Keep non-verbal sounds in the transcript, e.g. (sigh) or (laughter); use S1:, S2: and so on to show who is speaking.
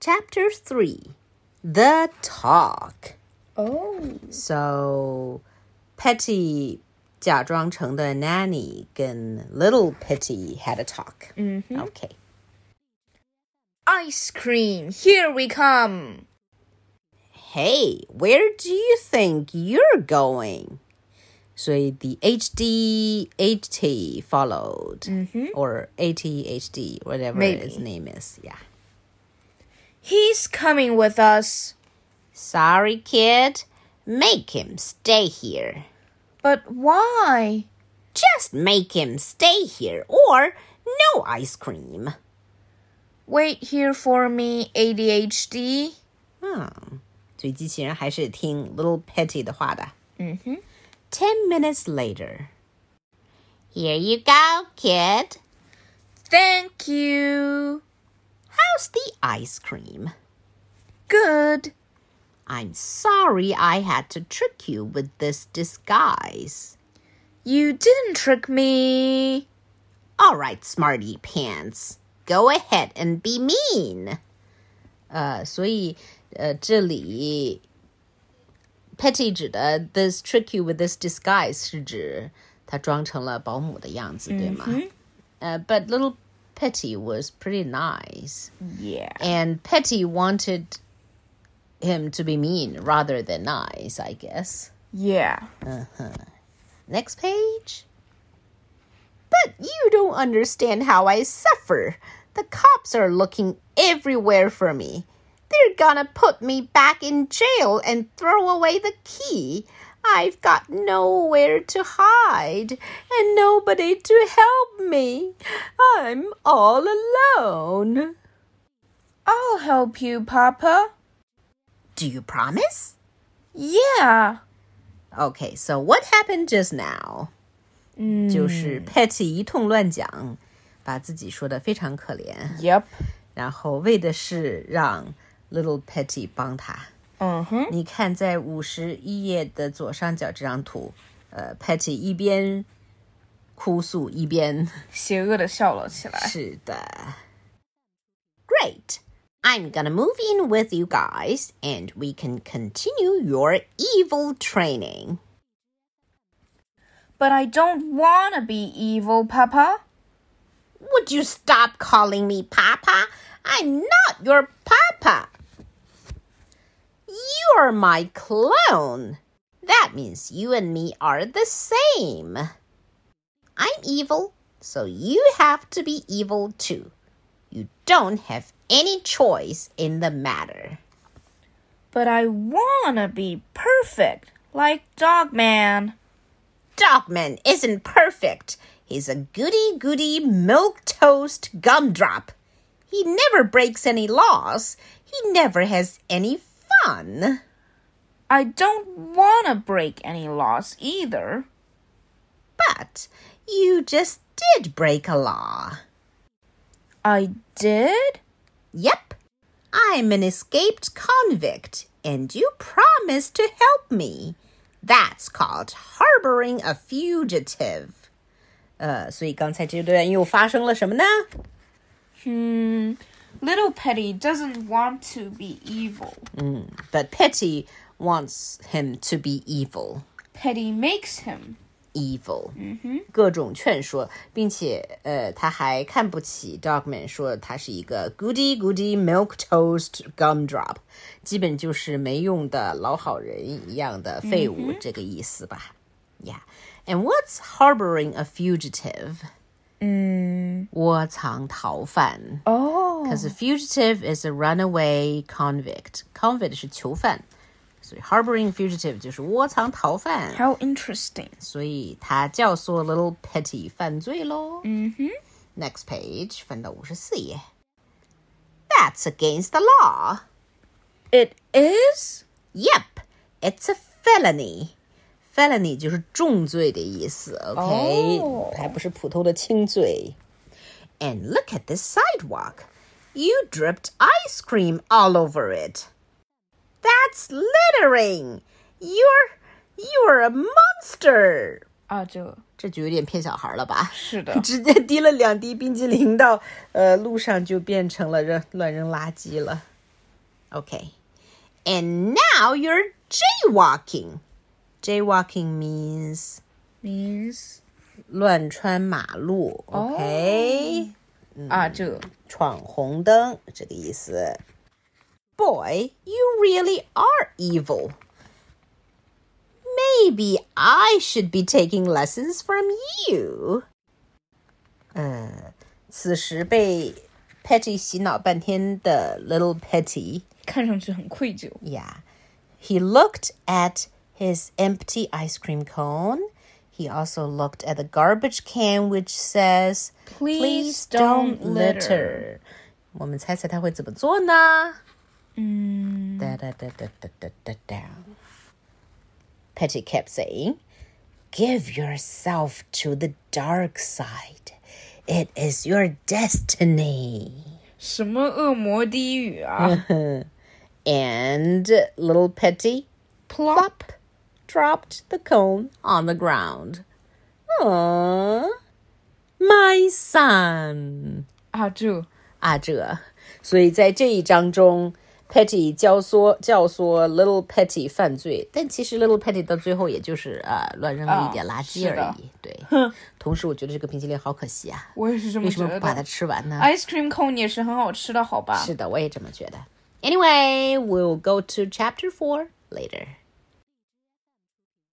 S1: Chapter 3 The Talk.
S2: Oh.
S1: So, Petty 假装成的 Nanny 跟 Little Petty had a talk. Okay.
S2: Ice cream, here we come.
S1: Hey, where do you think you're going? 所以 the HD HT followed, or ATHD, whatever
S2: Maybe.
S1: his name is. Yeah.
S2: He's coming with us.
S1: Sorry, kid. Make him stay here.
S2: But why?
S1: Just make him stay here, or no ice cream.
S2: Wait here for me, ADHD.
S1: 嗯，所以机器人还是听 Hmm. Little Petty 的话的。Ten minutes later. Here you go, kid.
S2: Thank you.
S1: How's the ice cream?
S2: Good.
S1: I'm sorry I had to trick you with this disguise.
S2: You didn't trick me.
S1: All right, smarty pants. Go ahead and be mean. Uh, 呃，所以呃，这里 Petty 指的 this trick you with this disguise 是指他装成了保姆的样子，对吗？呃、mm Uh, but little Petty was pretty nice,
S2: Yeah.
S1: and Petty wanted him to be mean rather than nice, I guess.
S2: Yeah.
S1: Next page. But you don't understand how I suffer. The cops are looking everywhere for me. They're gonna put me back in jail and throw away the key. I've got nowhere to hide and nobody to help me. I'm all alone.
S2: I'll help you, Papa.
S1: Do you promise?
S2: Yeah.
S1: Okay, so what happened just now? 就是 Patty 一通乱讲，把自己说的非常可怜，
S2: Yep.
S1: 然后为的是让 Little Patty 帮他。
S2: Uh-huh.
S1: 你看，在五十一页的左上角这张图，呃，Patty 一边哭诉一边
S2: 邪恶的笑了起来。
S1: 是的。Great. I'm gonna move in with you guys and we can continue your evil training.
S2: But I don't wanna be evil, Papa.
S1: Would you stop calling me Papa? I'm not your Papa. You're my clone. That means you and me are the same. I'm evil, so you have to be evil too. You don't have any choice in the matter.
S2: But I wanna be perfect, like Dogman.
S1: Dogman isn't perfect. He's a goody goody milk toast gumdrop. He never breaks any laws. He never has any fun.
S2: I don't wanna break any laws either.
S1: But you just did break a law.
S2: I did?
S1: Yep. I'm an escaped convict, and you promised to help me. That's called harboring a fugitive. Uh, 呃，所以刚才这段又发生了什么呢？
S2: Hmm. Little Petty doesn't want to be evil.
S1: But Petty wants him to be evil.
S2: Petty makes him.
S1: Evil，各种劝说，并且呃，他还看不起 Dogman，说他是一个 goody goody milk toast gumdrop，基本就是没用的老好人一样的废物，这个意思吧？Yeah，and what's harboring a fugitive？嗯，窝藏逃犯。
S2: Oh.
S1: Because a fugitive is a runaway convict. Convict 是囚犯，所以 harboring fugitive 就是窝藏逃犯。
S2: How interesting.
S1: 所以他教唆 Little Petty 犯罪喽。嗯哼。Next page，翻到五十四页。That's against the law.
S2: It is?
S1: Yep, it's a felony. Felony 就是重罪的意思，OK，、
S2: 哦
S1: 还不是普通的轻罪。And look at this sidewalk. You dripped ice cream all over it. That's littering. You're you're a monster. 这就有点骗小孩了吧？
S2: 啊，这是
S1: (laughs)
S2: 的。
S1: 直接滴了两滴冰激凌到呃路上，就变成了扔乱扔垃圾了。 Okay. And now you're jaywalking. Jaywalking means
S2: means
S1: 乱穿马路。Okay.
S2: 啊，这个
S1: 闯红灯这个意思。Boy, you really are evil. Maybe I should be taking lessons from you. 嗯，此时被 Petty 洗脑半天的 Little Petty
S2: 看上去很愧疚。
S1: yeah. He looked at his empty ice cream cone. He also looked at the garbage can, which says,
S2: Please don't litter."
S1: 我们猜猜他会怎么做呢？
S2: 嗯
S1: Da da da da da da da da. Petty kept saying, Give yourself to the dark side. It is your destiny.
S2: 什么恶魔低语啊
S1: And little Petty
S2: ？Plop，
S1: dropped the cone on the ground. Aww, my son.
S2: 啊，这个
S1: 啊，这，所以在这一章中，Petty 教唆教唆 Little Petty 犯罪，但其实 Little Petty 到最后也就是呃乱扔了一点垃圾
S2: 啊是的
S1: 而已。对，同时我觉得这个冰淇淋好可惜啊，
S2: 我也是这么
S1: 为什
S2: 觉
S1: 么
S2: 得哎
S1: 不把它
S2: 的。
S1: 吃完呢？
S2: Ice cream cone 也是很好吃的，好吧？
S1: 是的，我也这么觉得。Anyway, we'll go to chapter four later.